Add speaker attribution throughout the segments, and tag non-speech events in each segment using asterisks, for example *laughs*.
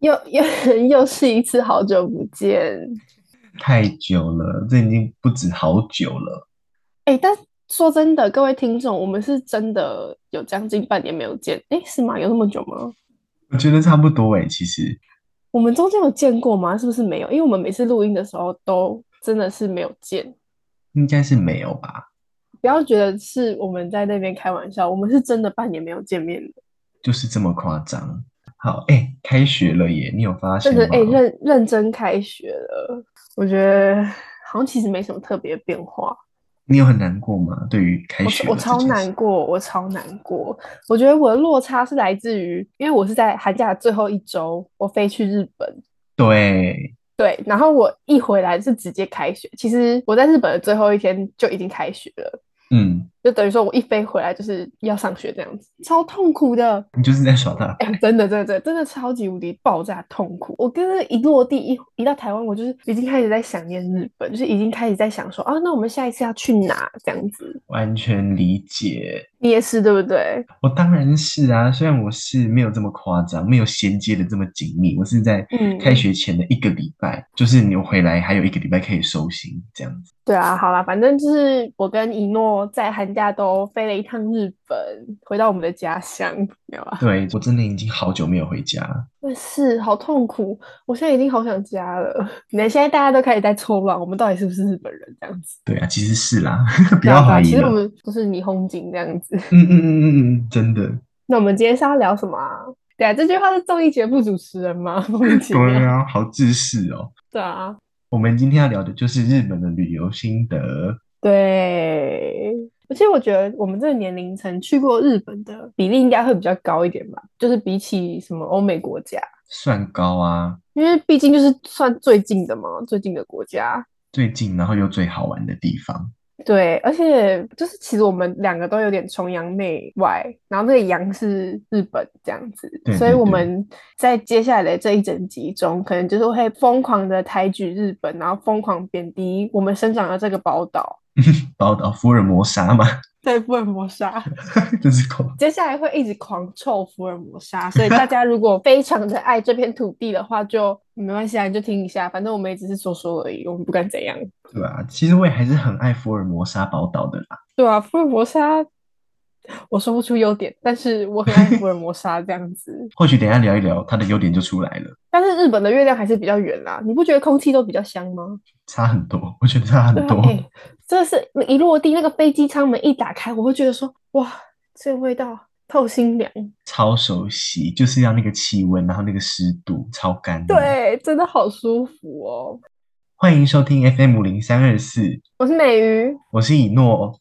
Speaker 1: 又又 *laughs* 又是一次好久不见。
Speaker 2: 太久了，这已经不止好久了。
Speaker 1: 哎，但说真的，各位听众，我们是真的有将近半年没有见。哎，是吗？有那么久吗？
Speaker 2: 我觉得差不多欸诶，其实
Speaker 1: 我们中间有见过吗？是不是没有？因为我们每次录音的时候都真的是没有见。
Speaker 2: 应该是没有吧，
Speaker 1: 不要觉得是我们在那边开玩笑，我们是真的半年没有见面了。
Speaker 2: 就是这么夸张。好，哎，开学了耶，你有发现
Speaker 1: 真的，？
Speaker 2: 吗
Speaker 1: 哎、认认真开学了，我觉得好像其实没什么特别变化。
Speaker 2: 你有很难过吗？对于开
Speaker 1: 我
Speaker 2: 学
Speaker 1: 我
Speaker 2: 了这
Speaker 1: 超
Speaker 2: 件
Speaker 1: 难
Speaker 2: 事，
Speaker 1: 过，我超难过。我觉得我的落差是来自于，因为我是在寒假的最后一周，我飞去日本，
Speaker 2: 对，
Speaker 1: 对，然后我一回来是直接开学。其实我在日本的最后一天就已经开学了，
Speaker 2: 嗯，
Speaker 1: 就等于说我一飞回来就是要上学这样子，超痛苦的。
Speaker 2: 你就是在耍大
Speaker 1: 哎、
Speaker 2: 牌，
Speaker 1: 真的，真的，真的，真的超级无敌爆炸痛苦！我跟一落地一一到台湾，我就是已经开始在想念日本，就是已经开始在想说啊，那我们下一次要去哪这样子。
Speaker 2: 完全理解。
Speaker 1: 你也是对不对？
Speaker 2: 我当然是啊，虽然我是没有这么夸张，没有衔接的这么紧密，我是在
Speaker 1: 嗯
Speaker 2: 开学前的一个礼拜，就是你回来还有一个礼拜可以收心这样子。
Speaker 1: 对啊，好啦，反正就是我跟一诺在寒假都飞了一趟日本，回到我们的家乡，没有啊？
Speaker 2: 对我真的已经好久没有回家了，
Speaker 1: 但是好痛苦，我现在已经好想家了。你看，现在大家都开始在错乱，我们到底是不是日本人这样子？
Speaker 2: 对啊，其实是啦， *laughs* 不
Speaker 1: 对啊
Speaker 2: 要
Speaker 1: 对啊
Speaker 2: 怀疑
Speaker 1: 其实我
Speaker 2: 了。
Speaker 1: 们不是霓虹景这样子。
Speaker 2: 嗯嗯嗯嗯嗯嗯，真的。
Speaker 1: 那我们今天是要聊什么啊？对啊，这句话是综艺节目主持人吗？ *laughs* 莫名其
Speaker 2: 对
Speaker 1: 妙。
Speaker 2: 啊，好自私哦。
Speaker 1: 对啊，
Speaker 2: 我们今天要聊的就是日本的旅游心得。
Speaker 1: 对。而且我觉得我们这个年龄层去过日本的比例应该会比较高一点吧，就是比起什么欧美国家，
Speaker 2: 算高啊，
Speaker 1: 因为毕竟就是算最近的嘛，最近的国家。
Speaker 2: 最近然后又最好玩的地方，
Speaker 1: 对，而且就是其实我们两个都有点崇洋媚外，然后那个洋是日本这样子，
Speaker 2: 对
Speaker 1: 所以
Speaker 2: 对
Speaker 1: 我
Speaker 2: 对
Speaker 1: 们在接下来的这一整集中，可能就是会疯狂的抬举日本，然后疯狂贬低我们生长的这个宝岛，
Speaker 2: 宝岛福尔摩沙嘛， *laughs*
Speaker 1: 对，福尔摩沙。
Speaker 2: 真是恐
Speaker 1: 接下来会一直狂臭福尔摩沙，所以大家如果非常的爱这片土地的话就，没关系啊，你就听一下，反正我们也只是说说而已，我们不敢怎样。
Speaker 2: 对啊。其实我也还是很爱福尔摩沙宝岛的啦。
Speaker 1: 对啊，福尔摩沙，我说不出优点，但是我很爱福尔摩沙这样子。 *laughs*
Speaker 2: 或许等一下聊一聊，它的优点就出来了，
Speaker 1: 但是日本的月亮还是比较圆啊啦，你不觉得空气都比较香吗？
Speaker 2: 差很多，我觉得差
Speaker 1: 对
Speaker 2: 很
Speaker 1: 啊，
Speaker 2: 多。
Speaker 1: 哎、真的是一落地，那个飞机舱门一打开，我会觉得说，哇，这个味道透心凉。
Speaker 2: 超熟悉，就是要那个气温，然后那个湿度超干。，
Speaker 1: 对，真的好舒服哦。
Speaker 2: 欢迎收听 FM 零三二四，
Speaker 1: 我是美鱼，
Speaker 2: 我是以诺。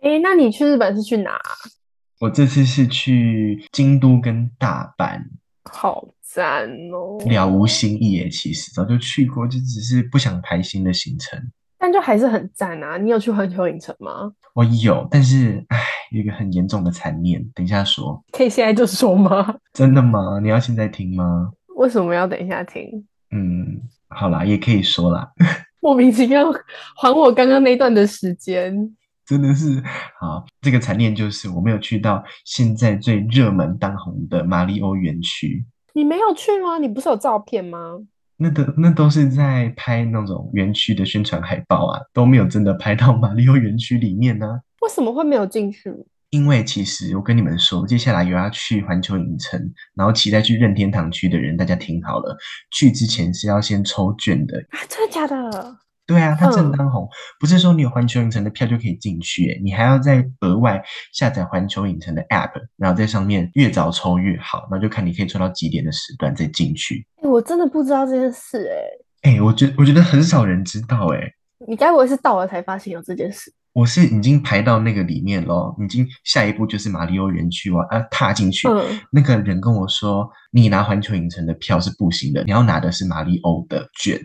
Speaker 1: 哎、那你去日本是去哪？
Speaker 2: 我这次是去京都跟大阪，
Speaker 1: 好赞哦！
Speaker 2: 了无新意耶。其实早就去过，就只是不想排新的行程。
Speaker 1: 但就还是很赞啊。你有去环球影城吗？
Speaker 2: 我有，但是唉，有一个很严重的残念，等一下说。
Speaker 1: 可以现在就说吗？ *laughs*
Speaker 2: 真的吗？你要现在听吗？
Speaker 1: 为什么要等一下听？
Speaker 2: 嗯，好啦，也可以说啦。 *laughs*
Speaker 1: 莫名其妙还我刚刚那段的时间。
Speaker 2: 真的是好，这个残念就是我没有去到现在最热门当红的马里欧园区，
Speaker 1: 你没有去吗？你不是有照片吗？
Speaker 2: 那都那都是在拍那种园区的宣传海报啊，都没有真的拍到马里欧园区里面呢、啊
Speaker 1: 为什么会没有进去？
Speaker 2: 因为其实我跟你们说，接下来有要去环球影城，然后期待去任天堂区的人，大家听好了，去之前是要先抽券的。
Speaker 1: 啊，真的假的？
Speaker 2: 对啊，它
Speaker 1: 嗯
Speaker 2: 正当红，不是说你有环球影城的票就可以进去耶，你还要再额外下载环球影城的 App，然后在上面越早抽越好，然后就看你可以抽到几点的时段再进去。
Speaker 1: 哎、我真的不知道这件事哎、
Speaker 2: 哎，我觉我觉得很少人知道哎，
Speaker 1: 你该不会是到了才发现有这件事？
Speaker 2: 我是已经排到那个里面咯，已经下一步就是马里奥园区我要踏进去，
Speaker 1: 嗯，
Speaker 2: 那个人跟我说，你拿环球影城的票是不行的，你要拿的是马里欧的券。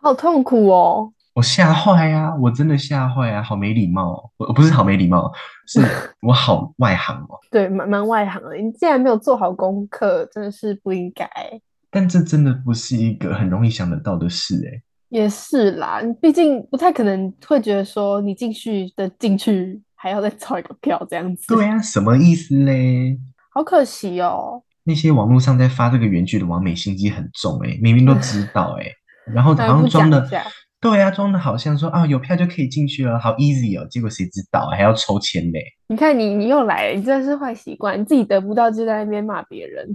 Speaker 1: 好痛苦哦。
Speaker 2: 我吓坏啊！我真的吓坏啊！好没礼貌哦！我不是好没礼貌，是我好外行哦。
Speaker 1: 对，蛮蛮外行的。你竟然没有做好功课，真的是不应该。
Speaker 2: 但这真的不是一个很容易想得到的事欸诶、
Speaker 1: 也是啦，你毕竟不太可能会觉得说你进去的进去还要再找一个票这样子，
Speaker 2: 对啊，什么意思嘞？
Speaker 1: 好可惜哦。
Speaker 2: 那些网络上在发这个原剧的完美心机很重诶、明明都知道
Speaker 1: *laughs*
Speaker 2: 诶、然后好
Speaker 1: 还不
Speaker 2: 像
Speaker 1: 讲
Speaker 2: 装的
Speaker 1: 一，下，
Speaker 2: 对啊，装的好像说啊有票就可以进去了，好 easy 哦，结果谁知道还要抽签嘞？
Speaker 1: 你看你你又来了，你真的是坏习惯，你自己得不到就在那边骂别人。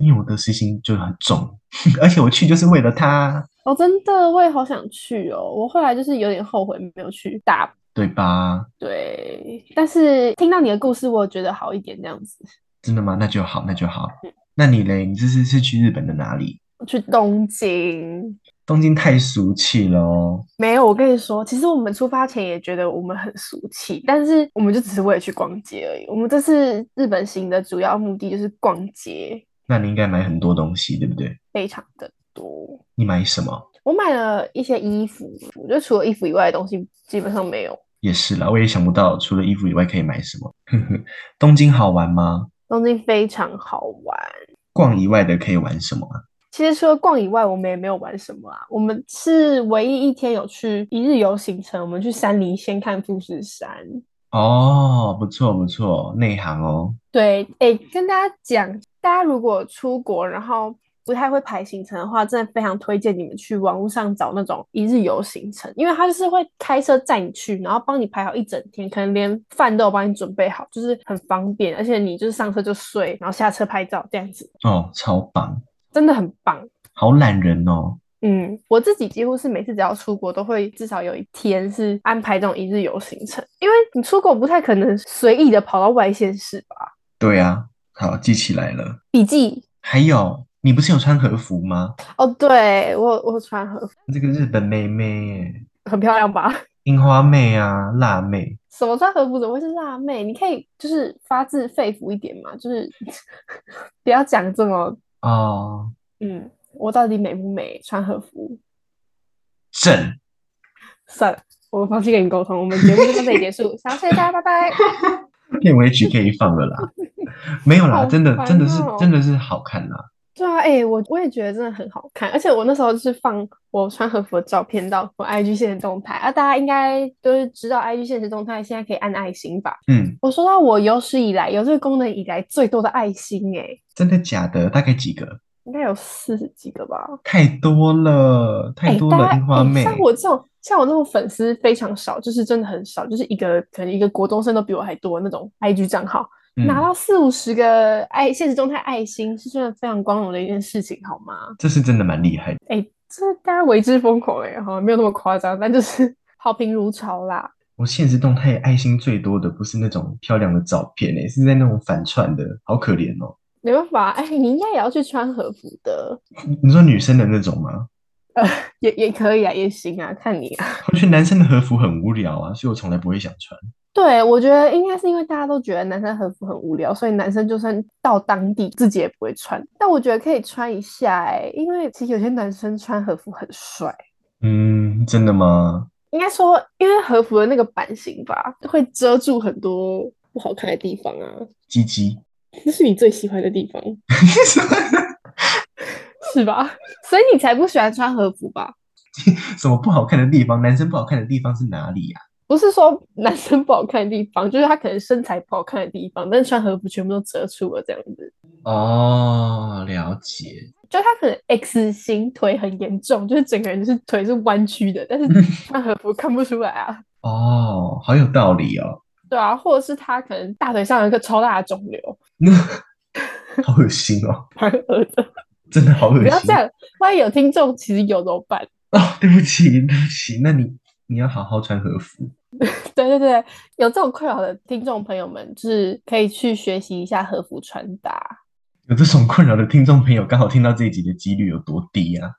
Speaker 2: 因为我得失心就很重， *laughs* 而且我去就是为了他，
Speaker 1: 哦，真的，我也好想去哦。我后来就是有点后悔没有去大，
Speaker 2: 对吧？
Speaker 1: 对，但是听到你的故事，我觉得好一点这样子。
Speaker 2: 真的吗？那就好，那就好。那你嘞？你这次是去日本的哪里？
Speaker 1: 去东京，
Speaker 2: 东京太俗气了哦。
Speaker 1: 没有，我跟你说，其实我们出发前也觉得我们很俗气，但是我们就只是为了去逛街而已。我们这次日本行的主要目的就是逛街，
Speaker 2: 那你应该买很多东西，对不对？
Speaker 1: 非常的多。
Speaker 2: 你买什么？
Speaker 1: 我买了一些衣服，我就除了衣服以外的东西基本上没有。
Speaker 2: 也是啦，我也想不到除了衣服以外可以买什么。东京好玩吗？
Speaker 1: 东京非常好玩。
Speaker 2: 逛以外的可以玩什么啊？
Speaker 1: 其实除了逛以外，我们也没有玩什么啊。我们是唯一一天有去一日游行程，我们去山梨先看富士山。
Speaker 2: 哦，不错不错，内行哦。
Speaker 1: 对，哎，跟大家讲，大家如果出国，然后不太会排行程的话，真的非常推荐你们去网络上找那种一日游行程，因为他就是会开车载你去，然后帮你排好一整天，可能连饭都有帮你准备好，就是很方便，而且你就是上车就睡，然后下车拍照这样子，
Speaker 2: 哦，超棒，
Speaker 1: 真的很棒。
Speaker 2: 好懒人哦。
Speaker 1: 嗯，我自己几乎是每次只要出国，都会至少有一天是安排这种一日游行程，因为你出国不太可能随意的跑到外县市吧。
Speaker 2: 对啊，好，记起来了。
Speaker 1: 笔记
Speaker 2: 还有，你不是有穿和服吗？
Speaker 1: 哦，对我我穿和服
Speaker 2: 这个日本妹妹耶，
Speaker 1: 很漂亮吧？ *laughs*
Speaker 2: 樱花妹啊，辣妹，
Speaker 1: 什么穿和服怎么会是辣妹？你可以就是发自肺腑一点嘛，就是 *laughs* 不要讲这么
Speaker 2: 哦，
Speaker 1: 嗯，我到底美不美？穿和服
Speaker 2: 正。
Speaker 1: 算了，我放弃跟你沟通，我们节目就到这里结束，好，谢谢大家，拜拜。
Speaker 2: 片尾曲可以放
Speaker 1: *laughs*
Speaker 2: 了啦，没有啦，
Speaker 1: 好
Speaker 2: 真的
Speaker 1: 烦
Speaker 2: 真的是
Speaker 1: 哦
Speaker 2: 真的是好看啦。
Speaker 1: 对啊，哎、我我也觉得真的很好看，而且我那时候就是放我穿和服的照片到我 IG 现实动态啊，大家应该都是知道 IG 现实动态现在可以按爱心吧？
Speaker 2: 嗯，
Speaker 1: 我收到我有史以来有这个功能以来最多的爱心、欸，哎，
Speaker 2: 真的假的？大概几个？
Speaker 1: 应该有四十几个吧？
Speaker 2: 太多了，
Speaker 1: 哎、
Speaker 2: 太多
Speaker 1: 大
Speaker 2: 了，
Speaker 1: 家
Speaker 2: 樱花
Speaker 1: 哎
Speaker 2: 妹。
Speaker 1: 像我这种像我这种粉丝非常少，就是真的很少，就是一个可能一个国中生都比我还多那种 IG 账号，
Speaker 2: 嗯，
Speaker 1: 拿到四五十个爱现实动态爱心是真的非常光荣的一件事情，好吗？
Speaker 2: 这是真的蛮厉害的。
Speaker 1: 哎、这大家为之疯狂哎、欸，哈，没有那么夸张，但就是 *laughs* 好评如潮啦。
Speaker 2: 我现实动态爱心最多的不是那种漂亮的照片诶、是在那种反串的，好可怜哦。
Speaker 1: 没办法，哎、你应该也要去穿和服的，
Speaker 2: 你你说女生的那种吗？
Speaker 1: 也也可以啊，也行啊，看你啊。
Speaker 2: 我觉得男生的和服很无聊啊，所以我从来不会想穿。
Speaker 1: 对，我觉得应该是因为大家都觉得男生和服很无聊，所以男生就算到当地自己也不会穿。但我觉得可以穿一下哎、因为其实有些男生穿和服很帅。
Speaker 2: 嗯，真的吗？
Speaker 1: 应该说，因为和服的那个版型吧，会遮住很多不好看的地方啊。
Speaker 2: 鸡鸡。
Speaker 1: 那是你最喜欢的地方，
Speaker 2: *laughs*
Speaker 1: *laughs* 是吧？所以你才不喜欢穿和服吧？
Speaker 2: 什么不好看的地方？男生不好看的地方是哪里呀、
Speaker 1: 不是说男生不好看的地方， *laughs* 就是他可能身材不好看的地方，但是穿和服全部都遮住了这样子。
Speaker 2: 哦，了解。
Speaker 1: 就他可能 X 型腿很严重，就是整个人就是腿是弯曲的，但是穿和服看不出来啊。
Speaker 2: 哦，好有道理哦。 *laughs*
Speaker 1: 对啊，或者是他可能大腿上有一个超大的肿瘤， *laughs*
Speaker 2: 好恶心哦，
Speaker 1: 蛮恶的。
Speaker 2: 真的好恶心。
Speaker 1: 不要这样，万一有听众其实有怎么办？ *laughs*
Speaker 2: 哦，对不起，对不起。那你你要好好穿和服。
Speaker 1: 对对对，有这种困扰的听众朋友们，就是可以去学习一下和服穿搭。
Speaker 2: 有这种困扰的听众朋友，刚好听到这一集的几率有多低啊？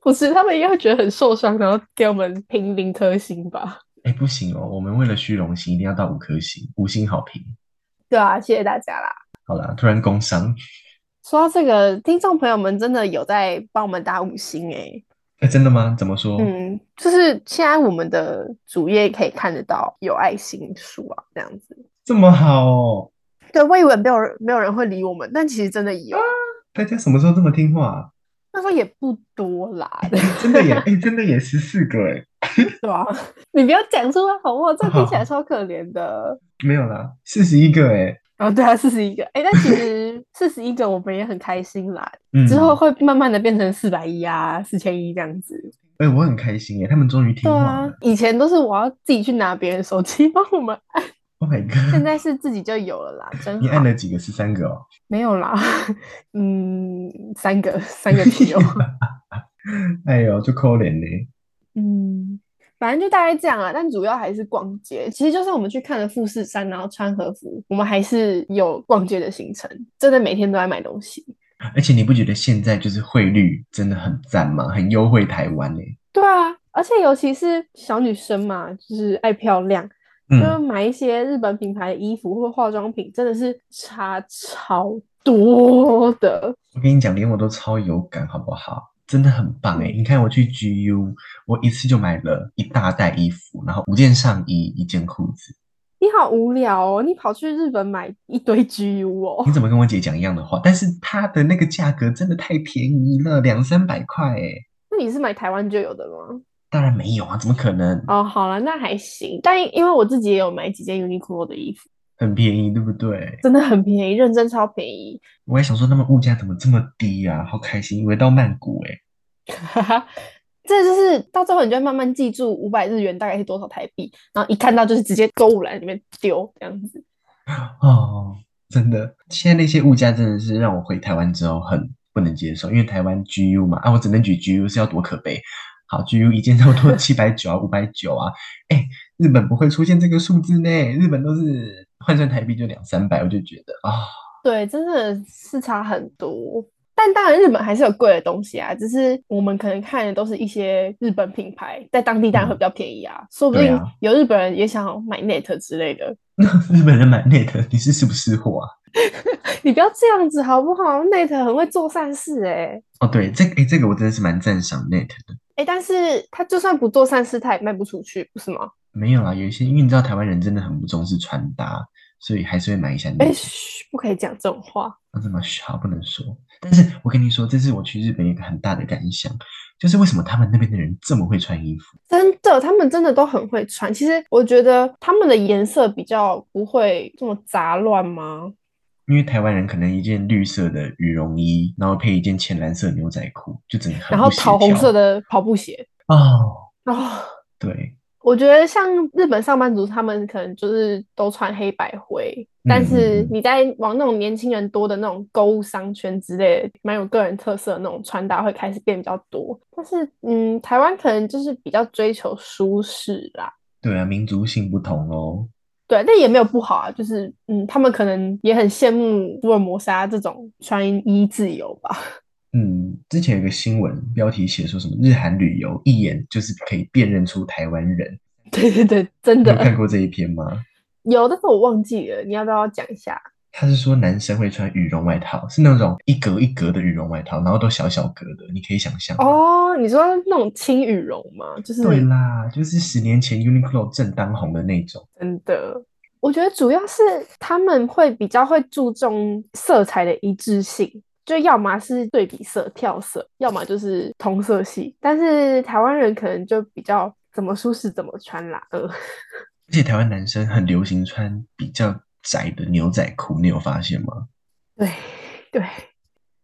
Speaker 1: 不是，他们应该会觉得很受伤，然后给我们评零颗星吧？
Speaker 2: 哎，不行哦，我们为了虚荣心，一定要到五颗星，五星好评。
Speaker 1: 对啊，谢谢大家啦。
Speaker 2: 好啦，突然工伤，
Speaker 1: 说到这个，听众朋友们真的有在帮我们打五星诶、
Speaker 2: 哎，真的吗？怎么说？
Speaker 1: 嗯，就是现在我们的主页可以看得到有爱心数啊，这样子。
Speaker 2: 这么好哦，
Speaker 1: 对，我以为没有人没有人会理我们，但其实真的有。
Speaker 2: 大家什么时候这么听话啊、
Speaker 1: 为也不多啦， *laughs*
Speaker 2: 真的也哎、真的也十四个哎、
Speaker 1: 对吧？ *laughs* 你不要讲出来好不好？这听起来超可怜的。
Speaker 2: 没有啦，四十一个哎、
Speaker 1: 哦，对啊，四十一个，哎，但其实四十一个我们也很开心啦，
Speaker 2: 嗯，
Speaker 1: 之后会慢慢的变成四百一啊、四千一这样子。
Speaker 2: 哎、我很开心哎、他们终于听
Speaker 1: 对
Speaker 2: 话
Speaker 1: 啊
Speaker 2: 了、，
Speaker 1: 以前都是我要自己去拿别人手机 *laughs* 帮我们按，
Speaker 2: Oh my
Speaker 1: 现
Speaker 2: god，
Speaker 1: 在是自己就有了啦，真
Speaker 2: 你
Speaker 1: 好
Speaker 2: 按。了几个？十三个哦。
Speaker 1: 没有啦，嗯，三个三
Speaker 2: *laughs*
Speaker 1: 个朋友，
Speaker 2: 哎呦，就扣脸呢。
Speaker 1: 嗯，反正就大概这样啊。但主要还是逛街，其实就算我们去看了富士山，然后穿和服，我们还是有逛街的行程，真的每天都在买东西。
Speaker 2: 而且你不觉得现在就是汇率真的很赞吗？很优惠台湾呢、
Speaker 1: 对啊，而且尤其是小女生嘛，就是爱漂亮，就
Speaker 2: 嗯，
Speaker 1: 买一些日本品牌的衣服或化妆品，真的是差超多的。
Speaker 2: 我跟你讲，连我都超有感，好不好？真的很棒哎、你看我去 GU，我一次就买了一大袋衣服，然后五件上衣，一件裤子。
Speaker 1: 你好无聊哦，你跑去日本买一堆 *laughs* GU 哦
Speaker 2: 你。怎么跟我姐讲一样的话？但是它的那个价格真的太便宜了，两三百块哎、
Speaker 1: 那你是买台湾就有的吗？
Speaker 2: 当然没有啊，怎么可能？
Speaker 1: 哦，好了，那还行。但因为我自己也有买几件 Uniqlo 的衣服，
Speaker 2: 很便宜，对不对？
Speaker 1: 真的很便宜，认真超便宜。
Speaker 2: 我还想说，他们物价怎么这么低啊？好开心，以为到曼谷哎、
Speaker 1: 哈哈，这就是到最后你就会慢慢记住五百日元大概是多少台币，然后一看到就是直接购物篮里面丢这样子。
Speaker 2: 哦，真的，现在那些物价真的是让我回台湾之后很不能接受，因为台湾 GU 嘛，啊，我只能举 GU 是要多可悲。好，GU 一件差不多七百九啊，五百九啊，哎，日本不会出现这个数字呢，日本都是换算台币就两三百，我就觉得啊、
Speaker 1: 对，真的是差很多。但当然，日本还是有贵的东西啊，只是我们可能看的都是一些日本品牌，在当地当然会比较便宜啊。说不
Speaker 2: 对
Speaker 1: 定
Speaker 2: 啊
Speaker 1: 有日本人也想买 Net 之类的， *laughs*
Speaker 2: 日本人买 Net，你是是不是货啊？
Speaker 1: 你不要这样子好不好？Net 很会做善事哎、欸、
Speaker 2: 哦，对，这哎，这个我真的是蛮赞赏 Net 的。
Speaker 1: 哎、但是他就算不做善事，他也卖不出去，不是吗？
Speaker 2: 没有啦，有一些因为你知道台湾人真的很不重视穿搭，所以还是会买一下 Net。
Speaker 1: 哎、嘘，不可以讲这种话。
Speaker 2: 那怎么好不能说？但是我跟你说，这是我去日本一个很大的感想，就是为什么他们那边的人这么会穿衣服？
Speaker 1: 真的，他们真的都很会穿。其实我觉得他们的颜色比较不会这么杂乱吗？
Speaker 2: 因为台湾人可能一件绿色的羽绒衣，然后配一件浅蓝色的牛仔裤，就整个很
Speaker 1: 然后
Speaker 2: 不协
Speaker 1: 桃红
Speaker 2: 调
Speaker 1: 色的跑步鞋，
Speaker 2: 哦，
Speaker 1: 然后。
Speaker 2: 对，
Speaker 1: 我觉得像日本上班族，他们可能就是都穿黑白灰，但
Speaker 2: 嗯
Speaker 1: 是
Speaker 2: 嗯
Speaker 1: 你在往那种年轻人多的那种购物商圈之类的，蛮有个人特色的那种穿搭会开始变比较多。但是，嗯，台湾可能就是比较追求舒适啦，
Speaker 2: 对啊，民族性不同哦。
Speaker 1: 对，但也没有不好啊，就是嗯，他们可能也很羡慕福尔摩沙这种穿衣自由吧。 *laughs*
Speaker 2: 嗯，之前有个新闻标题写说什么日韩旅游一眼就是可以辨认出台湾人，
Speaker 1: 对对对，真
Speaker 2: 你有看
Speaker 1: 的
Speaker 2: 过这一篇吗？
Speaker 1: *laughs* 有，但是我忘记了，你要不要讲一下？
Speaker 2: 他是说男生会穿羽绒外套，是那种一格一格的羽绒外套，然后都小小格的，你可以想象吗
Speaker 1: 哦，你说那种轻羽绒吗？就是
Speaker 2: 对啦，就是十年前 Uniqlo 正当红的那种。
Speaker 1: 真的，我觉得主要是他们会比较会注重色彩的一致性，就要么是对比色、跳色，要么就是同色系。但是台湾人可能就比较怎么舒适怎么穿啦，呃， *laughs*
Speaker 2: 而且台湾男生很流行穿比较窄的牛仔裤，你有发现吗？
Speaker 1: 对对，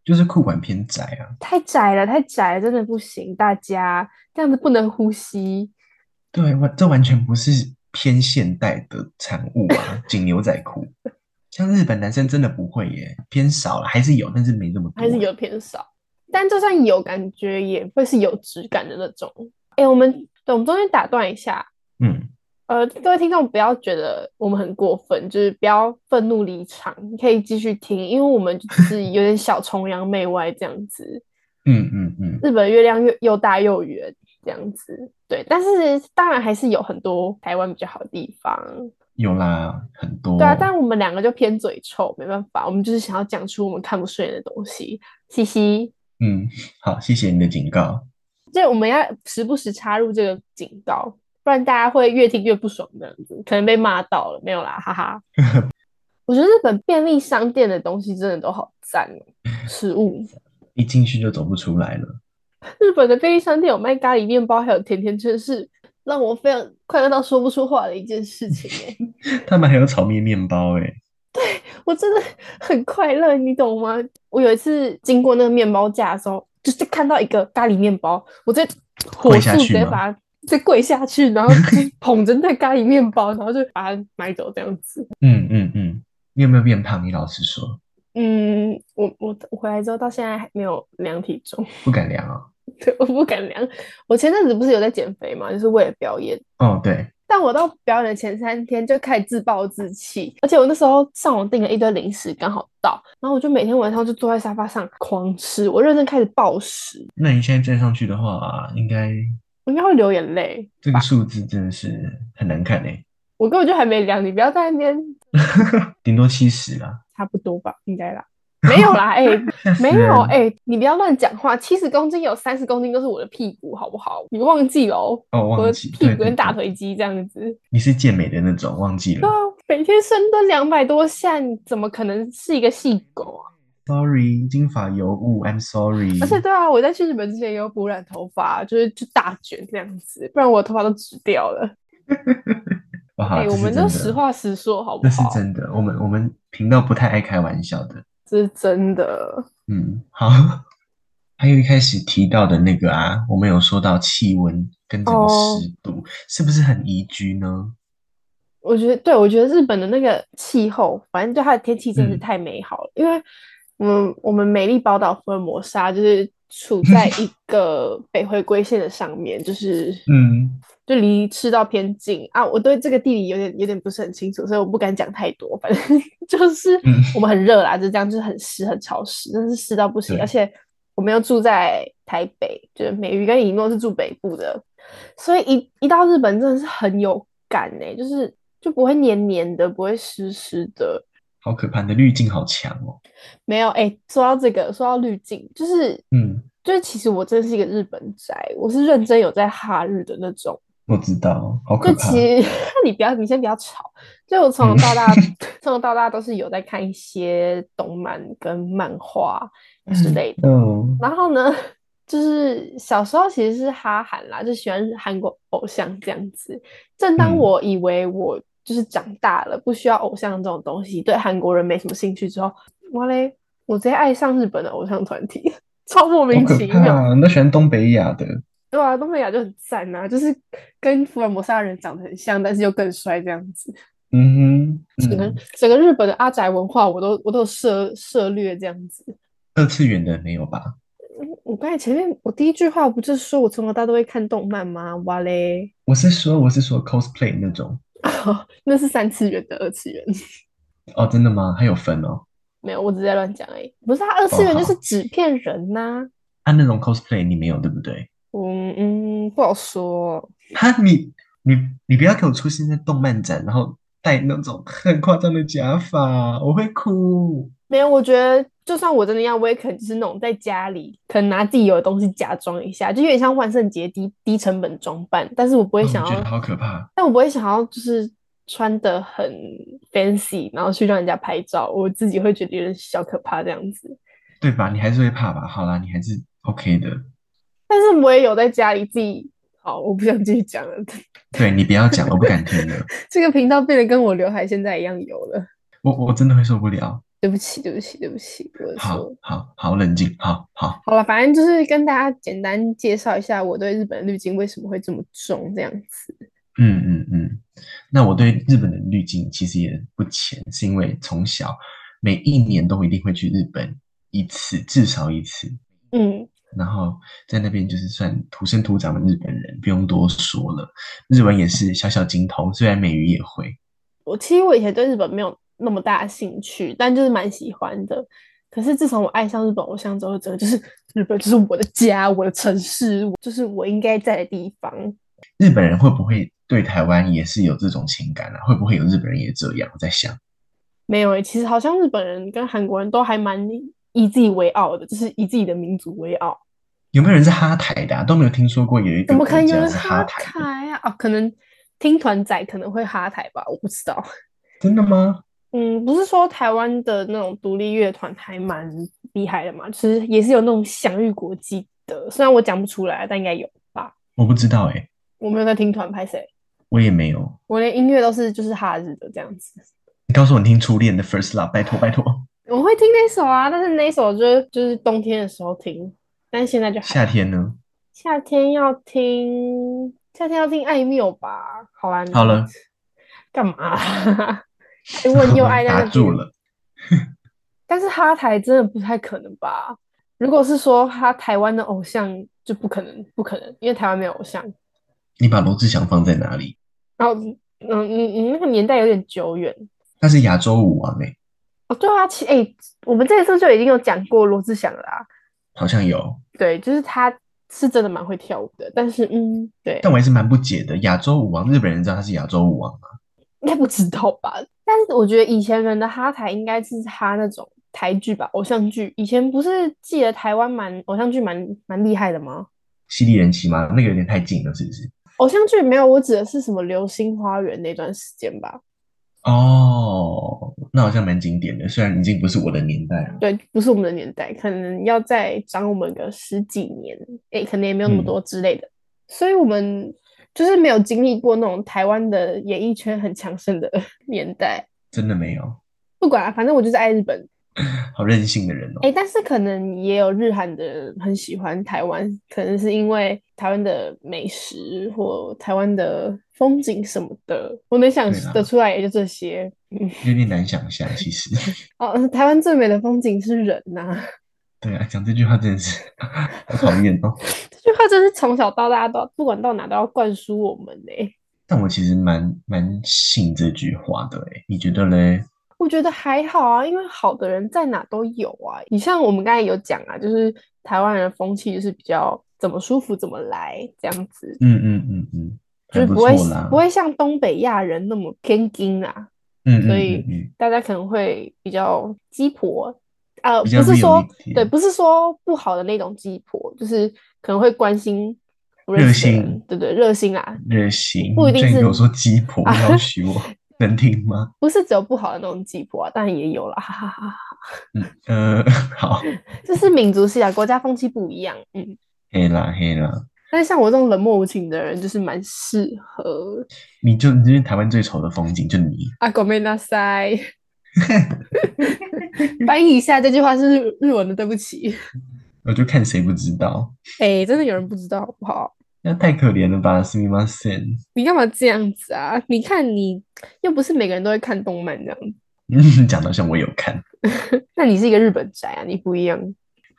Speaker 2: 就是裤管偏窄啊。
Speaker 1: 太窄了，太窄了，真的不行，大家这样子不能呼吸。
Speaker 2: 对，完这完全不是偏现代的产物啊，紧牛仔裤。像日本男生真的不会耶，偏少了，还是有，但是没这么多。
Speaker 1: 还是有偏少，但就算有，感觉也会是有质感的那种。哎、我们对我们中间打断一下，
Speaker 2: 嗯，
Speaker 1: 呃，各位听众不要觉得我们很过分，就是不要愤怒离场，你可以继续听，因为我们就是有点小崇洋媚外这样子。
Speaker 2: 嗯嗯嗯，
Speaker 1: 日本月亮又又大又圆这样子，对，但是当然还是有很多台湾比较好的地方，
Speaker 2: 有啦，很多。
Speaker 1: 对啊，但我们两个就偏嘴臭，没办法，我们就是想要讲出我们看不顺眼的东西，嘻嘻。
Speaker 2: 嗯，好，谢谢你的警告。
Speaker 1: 这我们要时不时插入这个警告，不然大家会越听越不爽这样子，可能被骂到了，没有啦，哈哈。我觉得日本便利商店的东西真的都好赞哦，食物。
Speaker 2: 一进去就走不出来了。
Speaker 1: 日本的便利商店有卖咖喱面包，还有甜甜圈，是让我非常快乐到说不出话的一件事情、欸。
Speaker 2: 他们还有炒面面包、欸，哎，
Speaker 1: 我真的很快乐，你懂吗？我有一次经过那个面包架的时候，就是看到一个咖喱面包，我在火
Speaker 2: 跪下
Speaker 1: 速
Speaker 2: 去
Speaker 1: 直接
Speaker 2: 吗
Speaker 1: 把它再跪下去，然后就是捧着那咖喱面包，然后就把它买走这样子。
Speaker 2: 嗯嗯嗯，你有没有变胖？你老实说，
Speaker 1: 嗯，我我我回来之后到现在还没有量体重， *laughs*
Speaker 2: 不敢量啊、
Speaker 1: 对，我不敢量。我前阵子不是有在减肥嘛，就是为了表演。
Speaker 2: 哦，对，
Speaker 1: 但我到表演的前三天就开始自暴自弃，而且我那时候上网订了一堆零食，刚好到，然后我就每天晚上就坐在沙发上狂吃，我认真开始暴食，
Speaker 2: 那你现在站上去的话，啊应该
Speaker 1: 我应该会流眼泪。
Speaker 2: 这个数字真的是很难看哎、
Speaker 1: 我根本就还没量，你不要在那边，
Speaker 2: 顶多七十啦，
Speaker 1: 差不多吧，应该啦，没有
Speaker 2: *laughs*
Speaker 1: 啦，哎、
Speaker 2: 吓死
Speaker 1: 没有，
Speaker 2: 人
Speaker 1: 哎、你不要乱讲话，七十公斤有三十公斤都是我的屁股，好不好？你忘记了哦，
Speaker 2: 哦，
Speaker 1: 我
Speaker 2: 忘
Speaker 1: 的
Speaker 2: 记，
Speaker 1: 屁
Speaker 2: 对
Speaker 1: 股
Speaker 2: 对
Speaker 1: 跟大
Speaker 2: 对
Speaker 1: 腿肌这样子。
Speaker 2: 你是健美的那种，忘记
Speaker 1: 对
Speaker 2: 了
Speaker 1: 啊，每天深蹲两百多下，你怎么可能是一个细狗啊？
Speaker 2: ，sorry，金发尤物，I'm sorry，
Speaker 1: 而且对啊，我在去日本之前也有补染头发，就是就大卷这样子，不然我头发都直掉了。哎、
Speaker 2: 哇，啊这
Speaker 1: 我
Speaker 2: 是
Speaker 1: 们
Speaker 2: 真
Speaker 1: 都
Speaker 2: 的
Speaker 1: 实话实说好不
Speaker 2: 这是
Speaker 1: 好？
Speaker 2: 真的，我们我们频道不太爱开玩笑的。
Speaker 1: 这是真的。
Speaker 2: 嗯，好。 *laughs* 还有一开始提到的那个啊，我们有说到气温跟整个
Speaker 1: 哦
Speaker 2: 湿度，是不是很宜居呢？
Speaker 1: 我觉得，对，我觉得日本的那个气候，反正对它的天气真是
Speaker 2: 嗯
Speaker 1: 太美好了。因为，嗯，我们美丽宝岛福尔摩沙就是处
Speaker 2: *laughs*
Speaker 1: 在一个北回归线的上面，就是
Speaker 2: 嗯，
Speaker 1: 就离赤道偏近啊。我对这个地理有点有点不是很清楚，所以我不敢讲太多。反正 *laughs* 就是
Speaker 2: 嗯
Speaker 1: 我们很热啦，就这样，就是很湿很潮湿，真是湿到不行。
Speaker 2: 对
Speaker 1: 而且我们又住在台北，就是美鱼跟以诺是住北部的，所以一一到日本真的是很有感呢、就是就不会黏黏的，不会湿湿的。
Speaker 2: 好可怕，你的滤镜好强哦。
Speaker 1: 没有哎、说到这个，说到滤镜，就是
Speaker 2: 嗯，
Speaker 1: 就是，其实我真是一个日本宅，我是认真有在哈日的那种。
Speaker 2: 我知道，好可
Speaker 1: 就
Speaker 2: 怕。
Speaker 1: 其实 *laughs* 你不要，你先不要吵。就我从
Speaker 2: 嗯
Speaker 1: 小到
Speaker 2: *laughs*
Speaker 1: 大，从小到大都是有在看一些动漫跟漫画之类的。
Speaker 2: 嗯，
Speaker 1: 然后呢，就是小时候其实是哈韩啦，就喜欢韩国偶像这样子。正当
Speaker 2: 嗯
Speaker 1: 我以为我就是长大了，不需要偶像这种东西，对韩国人没什么兴趣之后，哇嘞，我直接爱上日本的偶像团体， *laughs* 超莫
Speaker 2: 好
Speaker 1: 名
Speaker 2: 可
Speaker 1: 其
Speaker 2: 怕
Speaker 1: 妙。
Speaker 2: 啊，你都喜欢东北亚的。
Speaker 1: 对啊，东北亚就很赞啊，就是跟福尔摩沙人长得很像，但是又更帅这样子。
Speaker 2: 嗯哼，
Speaker 1: 整个、
Speaker 2: 嗯，
Speaker 1: 整个日本的阿宅文化，我都我都有涉涉略这样子。
Speaker 2: 二次元的没有吧？
Speaker 1: 嗯我刚才前面我第一句话不就是说我从小到大都会看动漫吗？哇嘞，
Speaker 2: 我是说，我是说 cosplay 那种。
Speaker 1: *laughs* 那是三次元的二次元， *laughs*
Speaker 2: 哦，真的吗？还有分哦。
Speaker 1: 没有，我只是在乱讲而已。不是啊，二次元就是纸片人呐、
Speaker 2: 啊，那种 cosplay 你没有对不对？
Speaker 1: 嗯嗯，不好说。
Speaker 2: 哈，你你你不要给我出现在动漫展，然后戴那种很夸张的假发，我会哭。
Speaker 1: 没有，我觉得就算我真的要，我也可能就是那种在家里可能拿自己有的东西假装一下，就有点像万圣节低低成本装扮，但是我不
Speaker 2: 哦
Speaker 1: 会
Speaker 2: 我
Speaker 1: 想
Speaker 2: 觉
Speaker 1: 要
Speaker 2: 得好可怕。
Speaker 1: 但我不会想要就是穿的很 fancy，然后去让人家拍照，我自己会觉得有点小可怕这样子。
Speaker 2: 对吧？你还是会怕吧？好啦，你还是 OK 的。
Speaker 1: 但是我也有在家里自己，好，我不想继续讲了。 *laughs*
Speaker 2: 对，你不要讲，我不敢听了，
Speaker 1: 这个频道变得跟我刘海现在一样油了，
Speaker 2: 我我真的会受不了。
Speaker 1: 对不起，对不起，对不起，我的
Speaker 2: 好
Speaker 1: 错。
Speaker 2: 好好，冷静，好好。
Speaker 1: 好了，反正就是跟大家简单介绍一下我对日本的滤镜为什么会这么重这样子。
Speaker 2: 嗯嗯嗯，那我对日本的滤镜其实也不浅，是因为从小每一年都一定会去日本一次，至少一次。
Speaker 1: 嗯，
Speaker 2: 然后在那边就是算土生土长的日本人，不用多说了。日文也是小小精通，虽然美语也会。
Speaker 1: 我其实我以前对日本没有那么大的兴趣，但就是蛮喜欢的。可是自从我爱上日本偶像之后，真的就是日本就是我的家，我的城市，我就是我应该在的地方。
Speaker 2: 日本人会不会对台湾也是有这种情感啊？会不会有日本人也这样？我在想，
Speaker 1: 没有诶、欸其实好像日本人跟韩国人都还蛮以自己为傲的，就是以自己的民族为傲。
Speaker 2: 有没有人是哈台的、啊？都没有听说过有一
Speaker 1: 怎
Speaker 2: 个
Speaker 1: 么
Speaker 2: 国
Speaker 1: 可能有
Speaker 2: 家
Speaker 1: 人
Speaker 2: 是哈台的，
Speaker 1: 台啊？哦，可能听团仔可能会哈台吧，我不知道。
Speaker 2: 真的吗？
Speaker 1: *laughs* 嗯，不是说台湾的那种独立乐团还蛮厉害的嘛，其实也是有那种享誉国际的，虽然我讲不出来，啊但应该有吧。
Speaker 2: 我不知道哎、
Speaker 1: 我没有在听团拍谁，
Speaker 2: 我也没有。
Speaker 1: 我连音乐都是就是哈日的这样子。
Speaker 2: 你告诉我你听初恋的 First Love，拜托拜托。
Speaker 1: 我会听那首啊，但是那首就是就是冬天的时候听，但是现在就还
Speaker 2: 夏天呢？
Speaker 1: 夏天要听夏天要听艾缪吧。好啦，你
Speaker 2: 好了，
Speaker 1: 干嘛、 *laughs* 爱问又爱在那
Speaker 2: *laughs* 打
Speaker 1: 边
Speaker 2: 住了。
Speaker 1: 但是哈台真的不太可能吧？如果是说他台湾的偶像，就不可能，不可能，因为台湾没有偶像。
Speaker 2: 你把罗志祥放在哪里？
Speaker 1: 然后，嗯嗯嗯，那个年代有点久远
Speaker 2: 他是亚洲舞王哎、
Speaker 1: 哦。对啊，其哎、我们这一次就已经有讲过罗志祥了啦。
Speaker 2: 好像有，
Speaker 1: 对，就是他是真的蛮会跳舞的，但是嗯，对，
Speaker 2: 但我还是蛮不解的。亚洲舞王，日本人知道他是亚洲舞王吗？
Speaker 1: *laughs* 应该不知道吧？但是我觉得以前人的哈台应该是哈那种台剧吧，偶像剧。以前不是记得台湾蛮偶像剧蛮蛮厉害的吗？
Speaker 2: 犀利人妻吗？那个有点太近了，是不是？
Speaker 1: 偶像剧没有，我指的是什么《流星花园》那段时间吧？
Speaker 2: 哦，那好像蛮经典的，虽然已经不是我的年代了。
Speaker 1: 对，不是我们的年代，可能要再长我们个十几年，诶，可能也没有那么多之类的。所以我们就是没有经历过那种台湾的演艺圈很强盛的 *laughs* 年代。
Speaker 2: 真的没有，
Speaker 1: 不管啊，反正我就是爱日本。
Speaker 2: 好任性的人哦。
Speaker 1: 诶，但是可能也有日韩的人很喜欢台湾，可能是因为台湾的美食或台湾的风景什么的。我能想
Speaker 2: 对啊啦
Speaker 1: 得出来也就这些。嗯，
Speaker 2: 有点难想象，其实。 *laughs*
Speaker 1: 哦， *laughs* 台湾最美的风景是人呐、 *laughs*
Speaker 2: 对啊，讲这句话真的是 *laughs* 好讨厌哦。
Speaker 1: 这句话真是从小到大都不管到哪都要灌输我们呢、
Speaker 2: 但我其实蛮蛮信这句话的诶，你觉得嘞？
Speaker 1: 我觉得还好啊，因为好的人在哪都有啊。你像我们刚才有讲啊，就是台湾人的风气就是比较怎么舒服怎么来这样子，
Speaker 2: 嗯嗯嗯嗯，
Speaker 1: 就
Speaker 2: 还
Speaker 1: 是
Speaker 2: 不
Speaker 1: 不会
Speaker 2: 错啦。
Speaker 1: 不会像东北亚人那么偏硬啊，
Speaker 2: 嗯嗯
Speaker 1: 所
Speaker 2: 嗯
Speaker 1: 以
Speaker 2: 嗯，
Speaker 1: 大家可能会比较鸡婆，呃，
Speaker 2: 比较
Speaker 1: 不是
Speaker 2: real
Speaker 1: 说
Speaker 2: 一点
Speaker 1: 对，不是说不好的那种鸡婆，就是可能会关心不认
Speaker 2: 热
Speaker 1: 识的人，
Speaker 2: 心
Speaker 1: 对对，热心啊，
Speaker 2: 热心。
Speaker 1: 不一定
Speaker 2: 这
Speaker 1: 是
Speaker 2: 你给我说鸡婆，
Speaker 1: 啊
Speaker 2: 要许我， *laughs* 能听吗？
Speaker 1: 不是只有不好的那种鸡婆啊，当然也有啦，哈哈哈哈。
Speaker 2: 嗯呃， *laughs* 好，
Speaker 1: 就是民族性啊，国家风气不一样，嗯。
Speaker 2: 黑啦黑啦，
Speaker 1: 但是像我这种冷漠无情的人，就是蛮适合
Speaker 2: 你就你就是台湾最丑的风景，就你。
Speaker 1: 啊。ごめんなさい。 *laughs* 翻译一下这句话是日日文的，对不起。
Speaker 2: *laughs* 我就看谁不知道，
Speaker 1: 哎、真的有人不知道好不好？
Speaker 2: 那太可怜了吧？すみません。
Speaker 1: 你干嘛这样子啊？你看你又不是每个人都会看动漫这样，
Speaker 2: 嗯， *laughs* 讲到像我有看。
Speaker 1: 那你是一个日本宅啊，你不一样。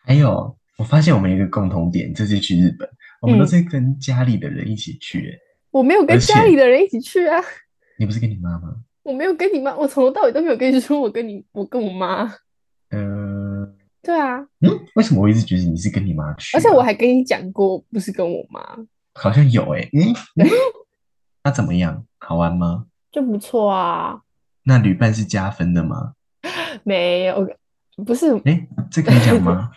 Speaker 2: 还有，我发现我们有一个共同点，这次去日本，我们
Speaker 1: 嗯
Speaker 2: 都是跟家里的人一起去、欸。
Speaker 1: 我没有跟
Speaker 2: 而且
Speaker 1: 家里的人一起去啊，
Speaker 2: 你不是跟你妈吗？
Speaker 1: 我没有跟你妈，我从头到尾都没有跟你说我跟你，我跟我妈。
Speaker 2: 呃，
Speaker 1: 对啊，
Speaker 2: 嗯，为什么我一直觉得你是跟你妈去
Speaker 1: 而
Speaker 2: 啊、
Speaker 1: 且我还跟你讲过，不是跟我妈，
Speaker 2: 好像有哎、欸，嗯，嗯那怎么样？好玩吗？
Speaker 1: 就不错啊。
Speaker 2: 那旅伴是加分的吗？
Speaker 1: 没有，不是，
Speaker 2: 哎、这可以讲
Speaker 1: *laughs*
Speaker 2: 吗？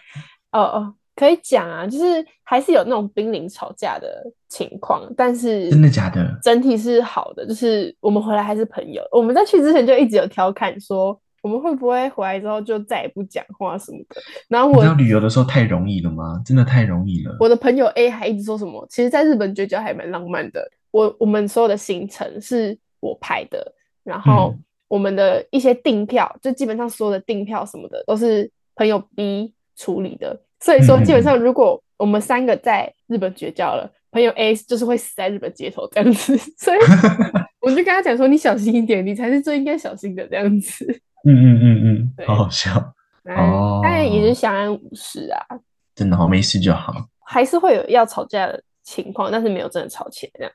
Speaker 1: 哦哦，可以讲啊，就是还是有那种濒临吵架的情况，但是
Speaker 2: 真的假的？
Speaker 1: 整体是好的，就是我们回来还是朋友。我们在去之前就一直有调侃说，我们会不会回来之后就再也不讲话什么的。然后
Speaker 2: 你知道
Speaker 1: 我
Speaker 2: 旅游的时候太容易了吗？真的太容易了。
Speaker 1: 我的朋友 A 还一直说什么，其实在日本绝交还蛮浪漫的。我我们所有的行程是我排的，然后
Speaker 2: 嗯
Speaker 1: 我们的一些订票，就基本上所有的订票什么的都是朋友 B 处理的。所以说，
Speaker 2: 嗯嗯
Speaker 1: 基本上如果我们三个在日本绝交了，朋友 A 就是会死在日本街头这样子。 *laughs*
Speaker 2: *laughs*
Speaker 1: 所以我就跟他讲说，你小心一点，你才是最应该小心的这样子。
Speaker 2: 嗯嗯嗯嗯，
Speaker 1: 对
Speaker 2: 好好笑，
Speaker 1: 当然
Speaker 2: 哦
Speaker 1: 当然也是相安无事啊，
Speaker 2: 真的好，没事就好。
Speaker 1: 还是会有要吵架的情况，但是没有真的吵起来这样。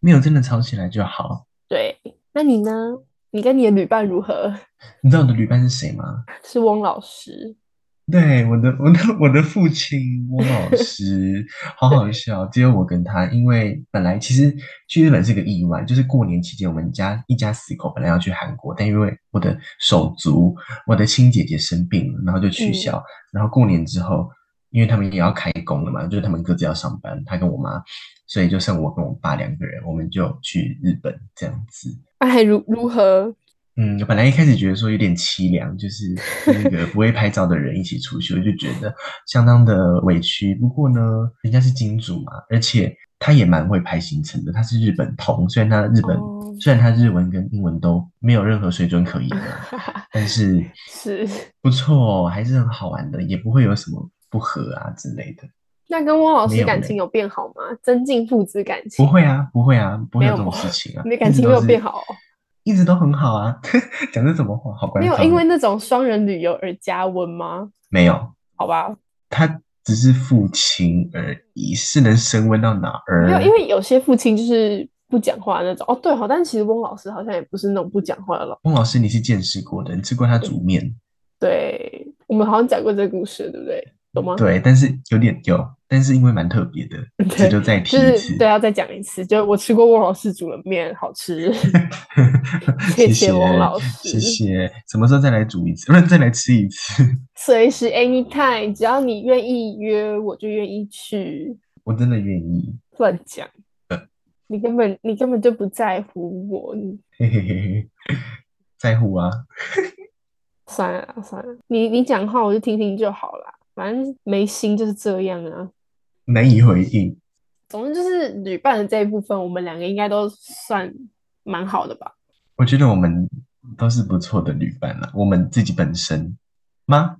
Speaker 2: 没有真的吵起来就好。
Speaker 1: 对，那你呢？你跟你的旅伴如何？
Speaker 2: 你知道我的旅伴是谁吗？
Speaker 1: 是翁老师，
Speaker 2: *laughs* 对，我的我的我的父亲翁老师，好好笑。只有我跟他，因为本来其实去日本是个意外，就是过年期间我们家一家四口本来要去韩国，但因为我的手足，我的亲姐姐生病了，然后就取消。然后过年之后，因为他们也要开工了嘛，就是他们各自要上班，他跟我妈，所以就剩我跟我爸两个人，我们就去日本这样子。
Speaker 1: 哎，如如何？ *laughs*
Speaker 2: 嗯，本来一开始觉得说有点凄凉，就是跟那个不会拍照的人一起出去，我就觉得相当的委屈。不过呢，人家是金主嘛，而且他也蛮会排行程的，他是日本通，虽然他日本、
Speaker 1: 哦
Speaker 2: 虽然他日文跟英文都没有任何水准可言
Speaker 1: *laughs*
Speaker 2: 啊，但是
Speaker 1: 是，
Speaker 2: 不错、哦，还是很好玩的，也不会有什么不合啊之类的。
Speaker 1: 那跟汪老
Speaker 2: 没
Speaker 1: 师
Speaker 2: 有
Speaker 1: 感
Speaker 2: 嘞
Speaker 1: 情有变好吗？增进父子感情
Speaker 2: 不，会啊，不会啊，不会有
Speaker 1: 没
Speaker 2: 这
Speaker 1: 有
Speaker 2: 种事情啊。
Speaker 1: *laughs* 你的感
Speaker 2: 一直
Speaker 1: 情
Speaker 2: 都
Speaker 1: 没有
Speaker 2: 是
Speaker 1: 变好哦、
Speaker 2: 一直都很好啊。 *laughs* 讲这什么话？好官
Speaker 1: 没有
Speaker 2: 方
Speaker 1: 因为那种双人旅游而加温吗？
Speaker 2: 没有，
Speaker 1: 好吧，
Speaker 2: 他只是父亲而已，是能升温到哪儿？
Speaker 1: 没有，因为有些父亲就是不讲话那种。哦，对哦，但其实翁老师好像也不是那种不讲话的老。
Speaker 2: 翁老师你是见识过的，你吃过他煮
Speaker 1: 嗯
Speaker 2: 面，
Speaker 1: 对，我们好像讲过这个故事，对不对？有吗？
Speaker 2: 对，但是有点有，但是因为蛮特别的，这就再提
Speaker 1: 就
Speaker 2: 一
Speaker 1: 是
Speaker 2: 次 *laughs*
Speaker 1: 对，。啊要再讲一次。就是我吃过翁老师煮的面，好吃。谢
Speaker 2: 谢
Speaker 1: 谢翁老
Speaker 2: 谢
Speaker 1: 师，
Speaker 2: 谢，什么时候再来煮一次？不是再来吃一次？ *laughs*
Speaker 1: 随时 anytime，只要你愿意约，我就愿意去。
Speaker 2: 我真的愿意，
Speaker 1: 乱讲
Speaker 2: 呃，
Speaker 1: 你根本你根本就不在乎我，你
Speaker 2: 嘿嘿嘿嘿，在乎啊。
Speaker 1: 算了啦算了，你你讲话我就听听就好啦，反正没心就是这样啊。
Speaker 2: 难以回应，
Speaker 1: 总之就是旅伴的这一部分，我们两个应该都算蛮好的吧？
Speaker 2: 我觉得我们都是不错的旅伴啊了。我们自己本身吗？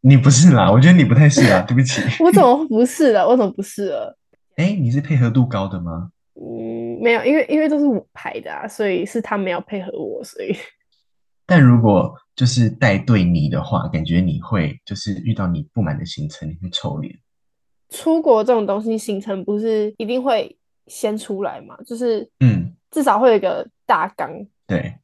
Speaker 2: 你不是啦，我觉得你不太是啊啦，对不起。
Speaker 1: 我怎么不是了？我怎么不是了？
Speaker 2: 哎，你是配合度高的吗？
Speaker 1: 嗯，没有，因为因为都是我排的啊，所以是他们要配合我，所以
Speaker 2: 但如果就是带队你的话，感觉你会就是遇到你不满的行程，你会臭脸。
Speaker 1: 出国这种东西行程不是一定会先出来嘛，就是
Speaker 2: 嗯，
Speaker 1: 至少会有一个大纲，
Speaker 2: 对，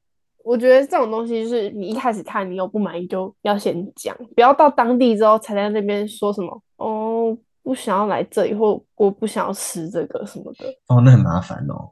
Speaker 1: 我觉得这种东西就是你一开始看你有不满意就要先讲，不要到当地之后才在那边说什么哦，不想要来这里或我不想要吃这个什么的。
Speaker 2: 哦，那很麻烦哦。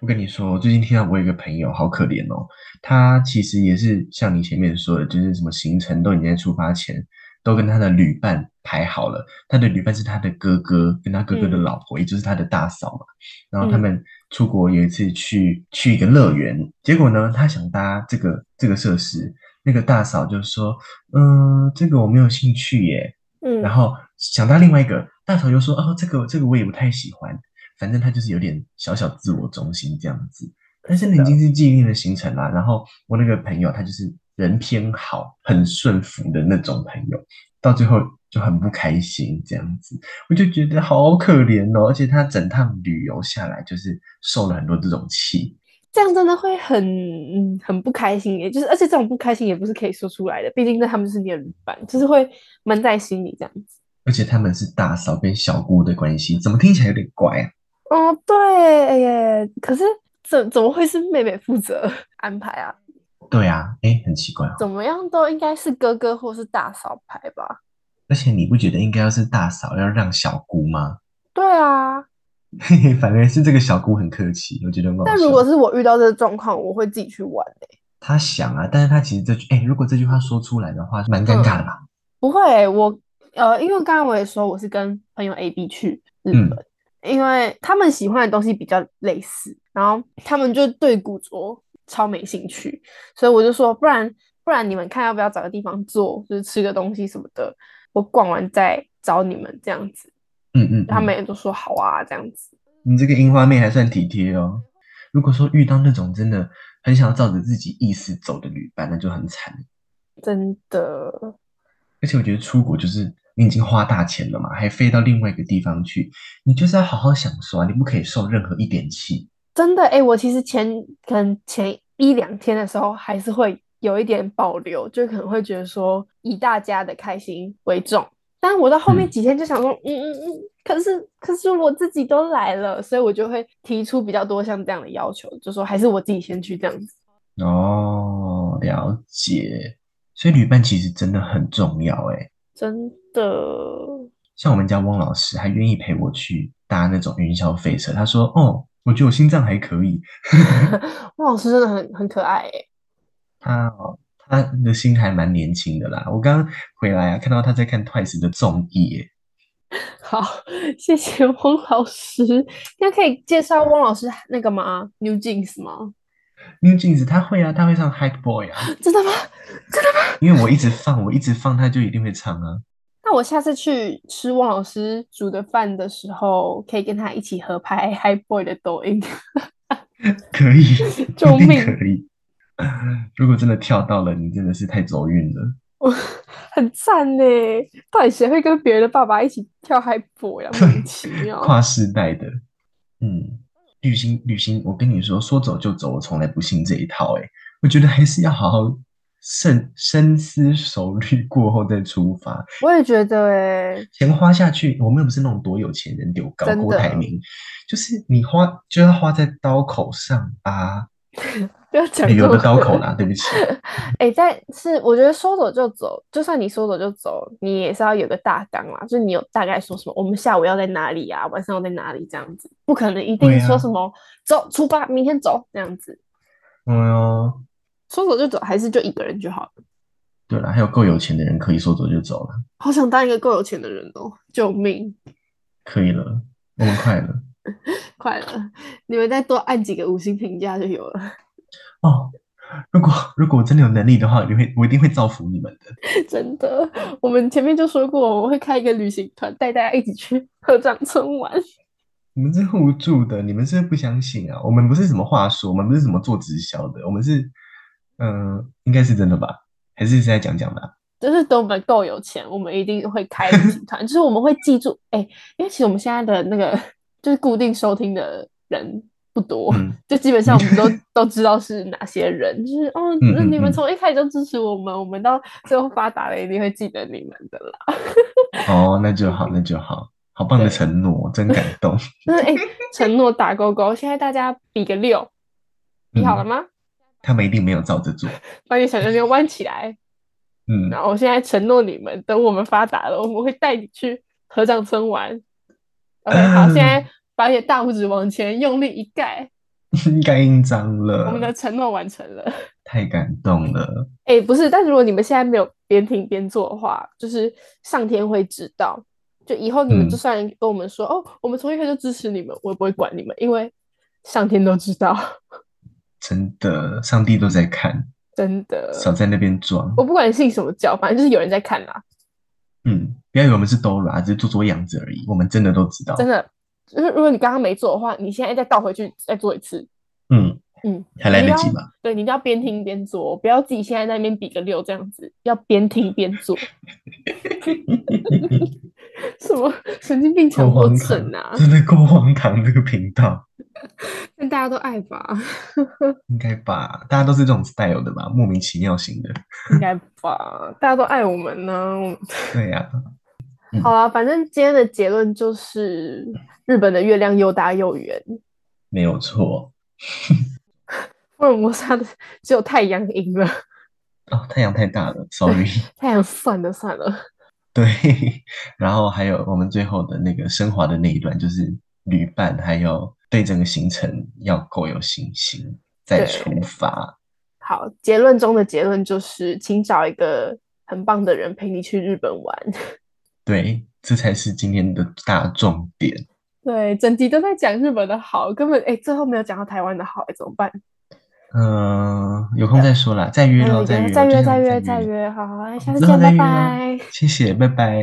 Speaker 2: 我跟你说，我最近听到我有一个朋友好可怜哦，他其实也是像你前面说的，就是什么行程都已经在出发前都跟他的旅伴排好了，他的旅伴是他的哥哥跟他哥哥的
Speaker 1: 嗯
Speaker 2: 老婆，也就是他的大嫂嘛。然后他们出国有一次去去一个乐园，结果呢，他想搭这个这个设施，那个大嫂就说：“嗯、这个我没有兴趣耶。”
Speaker 1: 嗯，
Speaker 2: 然后想到另外一个大头又说：“哦，这个这个我也不太喜欢。”反正他就是有点小小自我中心这样子。但是
Speaker 1: 是
Speaker 2: 你已
Speaker 1: 的
Speaker 2: 经是既定的行程啦。然后我那个朋友他就是人偏好、很顺服的那种朋友，到最后就很不开心这样子。我就觉得好可怜哦，而且他整趟旅游下来就是受了很多这种气。
Speaker 1: 这样真的会很嗯很不开心耶，也就是而且这种不开心也不是可以说出来的，毕竟那他们是你的旅伴，就是会闷在心里这样子。
Speaker 2: 而且他们是大嫂跟小姑的关系，怎么听起来有点怪啊？
Speaker 1: 哦，对耶，可是怎怎么会是妹妹负责 *laughs* 安排啊？
Speaker 2: 对啊，哎，很奇怪哦。
Speaker 1: 怎么样都应该是哥哥或是大嫂排吧？
Speaker 2: 而且你不觉得应该要是大嫂要让小姑吗？
Speaker 1: 对啊，
Speaker 2: 嘿嘿，反而是这个小姑很客气，我觉得很好
Speaker 1: 但
Speaker 2: 笑
Speaker 1: 如果是我遇到这个状况，我会自己去玩欸
Speaker 2: 她想啊，但是她其实这句，哎、如果这句话说出来的话，蛮尴尬的吧？
Speaker 1: 不会欸，我呃，因为刚刚我也说我是跟朋友 A、B 去日
Speaker 2: 嗯
Speaker 1: 本，因为他们喜欢的东西比较类似，然后他们就对古着超没兴趣，所以我就说，不然不然你们看要不要找个地方坐，就是吃个东西什么的，我逛完再找你们这样子。
Speaker 2: 嗯嗯，
Speaker 1: 他
Speaker 2: 嗯
Speaker 1: 们也都说好啊，这样子。
Speaker 2: 你这个樱花妹还算体贴哦。如果说遇到那种真的很想要照着自己意思走的旅伴，那就很惨。
Speaker 1: 真的，
Speaker 2: 而且我觉得出国就是你已经花大钱了嘛，还飞到另外一个地方去，你就是要好好享受啊，你不可以受任何一点气。
Speaker 1: 真的，哎，我其实前可能前一两天的时候还是会有一点保留，就可能会觉得说以大家的开心为重，但我到后面
Speaker 2: 嗯
Speaker 1: 几天就想说，嗯嗯嗯，可是可是我自己都来了，所以我就会提出比较多像这样的要求，就说还是我自己先去这样子。
Speaker 2: 哦，了解。所以旅伴其实真的很重要、诶。
Speaker 1: 真的，
Speaker 2: 像我们家汪老师还愿意陪我去搭那种云霄飞车，他说：“哦，我觉得我心脏还可以。
Speaker 1: 汪老师真的很很可爱哎，
Speaker 2: 他哦”他的心还蛮年轻的啦。我刚回来啊，看到他在看 Twice 的综艺欸耶，
Speaker 1: 好，谢谢汪老师。那可以介绍汪老师那个吗？New Jeans 吗？
Speaker 2: New Jeans 他会啊，他会唱 Hype Boy 啊，
Speaker 1: 真的吗？
Speaker 2: 因为我一直放，我一直放，他就一定会唱啊。
Speaker 1: 那我下次去吃汪老师煮的饭的时候，可以跟他一起合拍 Hi Boy 的抖音。
Speaker 2: 可以，
Speaker 1: 救
Speaker 2: 一定
Speaker 1: 命
Speaker 2: 可以。 *laughs* 如果真的跳到了，你真的是太走运了。
Speaker 1: 很赞呢！到底谁会跟别人的爸爸一起跳 Hi Boy 啊？莫名其
Speaker 2: *laughs*
Speaker 1: 妙。
Speaker 2: 跨世代的，嗯，旅行旅行，我跟你说，说走就走，我从来不信这一套、欸。我觉得还是要好好慎深思熟虑过后再出发，
Speaker 1: 我也觉得哎，
Speaker 2: 钱花下去，我们又不是那种多有钱人，有高
Speaker 1: 真的
Speaker 2: 郭台铭，就是你花就要花在刀口上啊，
Speaker 1: 不要讲
Speaker 2: 旅游
Speaker 1: 这
Speaker 2: 哎的
Speaker 1: 种
Speaker 2: 刀
Speaker 1: 话
Speaker 2: 口啦，对
Speaker 1: *laughs*
Speaker 2: 不起，
Speaker 1: 哎、但是我觉得说走就走，就算你说走就走，你也是要有个大纲啦，就是你有大概说什么，我们下午要在哪里啊，晚上要在哪里这样子，不可能一
Speaker 2: 对
Speaker 1: 定
Speaker 2: 啊
Speaker 1: 说什么、走出发，明天走这样子，
Speaker 2: 嗯哟，
Speaker 1: 说走就走，还是就一个人就好了。
Speaker 2: 对了，还有够有钱的人可以说走就走了，
Speaker 1: 好想当一个够有钱的人哦，救命！
Speaker 2: 可以了，我们快乐。
Speaker 1: 快了，你们再多按几个五星评价就有了， *laughs*
Speaker 2: 哦，如果如果我真的有能力的话，你会我一定会造福你们的。
Speaker 1: 真的。我们前面就说过，我们会开一个旅行团，带大家一起去 *laughs* 鹤岗村玩。
Speaker 2: 你们是互助的，你们是不是不相信啊？我们不是什么话术，我们不是什么做直销的，我们是，嗯、应该是真的吧？还是再讲讲吧？
Speaker 1: 就是等我们够有钱，我们一定会开旅行
Speaker 2: *laughs*
Speaker 1: 团。就是我们会记住，哎、因为其实我们现在的那个就是固定收听的人不多，
Speaker 2: 嗯，
Speaker 1: 就基本上我们都都知道是哪些人。就是哦，
Speaker 2: 嗯
Speaker 1: 那
Speaker 2: 嗯
Speaker 1: 你们
Speaker 2: 嗯
Speaker 1: 从一开始就支持我们，我们到最后发达了一定会记得你们的啦。
Speaker 2: 哦，那就好，那就好，好棒的
Speaker 1: 对
Speaker 2: 承诺，真感
Speaker 1: *laughs*
Speaker 2: 动。
Speaker 1: 就是
Speaker 2: *laughs*
Speaker 1: 哎、承诺打勾勾。现在大家比个六，比好了吗？
Speaker 2: 嗯他们一定没有照着做。
Speaker 1: 把你小香蕉弯起来。
Speaker 2: 嗯，
Speaker 1: 然后我现在承诺你们，等我们发达了，我们会带你去合掌村 *laughs* 玩。OK，好，现在把你的大拇指往前用力一盖，
Speaker 2: 应该印章
Speaker 1: 我们的
Speaker 2: 了，
Speaker 1: 承诺完成了。
Speaker 2: 太感动了。
Speaker 1: 哎、不是，但如果你们现在没有边听边做的话，就是上天会知道。就以后你们
Speaker 2: 嗯
Speaker 1: 就算跟我们说、哦，我们从一开始就支持你们，我也不会管你们，因为上天都知道， *laughs*
Speaker 2: 真的，上帝都在看，
Speaker 1: 真的。
Speaker 2: 少在那边装
Speaker 1: 我。不管你信什么教，反正就是有人在看啦，
Speaker 2: 嗯，不要以为我们是兜啦，只是做做样子而已。我们真的都知道。
Speaker 1: 真的。就是如果你刚刚没做的话，你现在再倒回去再做一次，
Speaker 2: 嗯，
Speaker 1: 嗯，
Speaker 2: 还来
Speaker 1: 你
Speaker 2: 得
Speaker 1: 要
Speaker 2: 及吧？
Speaker 1: 对，你一定要边听边做，不要自己现在在那边比个六这样子，要边听边做。什么神经病强
Speaker 2: 够
Speaker 1: 迫
Speaker 2: 荒
Speaker 1: 症
Speaker 2: 唐
Speaker 1: 啊！
Speaker 2: 真的够荒唐！这个频道
Speaker 1: 但大家都爱吧？
Speaker 2: 应该吧？大家都是这种 style 的吧？莫名其妙型的。
Speaker 1: 应该吧？大家都爱我们呢、我们
Speaker 2: 对呀、嗯
Speaker 1: 好啦，反正今天的结论就是，日本的月亮又大又圆，
Speaker 2: 没有错
Speaker 1: 福尔摩沙的只有太阳赢了。
Speaker 2: 哦。太阳太大了，sorry。
Speaker 1: *laughs* 太阳算了算了，
Speaker 2: 对，然后还有我们最后的那个升华的那一段，就是旅伴还有对整个行程要够有信心再
Speaker 1: 对
Speaker 2: 出发。
Speaker 1: 好，结论中的结论就是，请找一个很棒的人陪你去日本玩。
Speaker 2: 对，这才是今天的大重点。
Speaker 1: 对，整集都在讲日本的好，根本哎，最后没有讲到台湾的好，哎，怎么办？
Speaker 2: 嗯，有空再说啦，再约
Speaker 1: 哎
Speaker 2: 喽，
Speaker 1: 我觉
Speaker 2: 再
Speaker 1: 得
Speaker 2: 约，
Speaker 1: 再
Speaker 2: 就
Speaker 1: 约，
Speaker 2: 像
Speaker 1: 再
Speaker 2: 再
Speaker 1: 约，再
Speaker 2: 约。啊
Speaker 1: 约，好，哎下次
Speaker 2: 之后
Speaker 1: 见，
Speaker 2: 再
Speaker 1: 拜
Speaker 2: 约咯
Speaker 1: 拜。
Speaker 2: 谢谢，拜拜。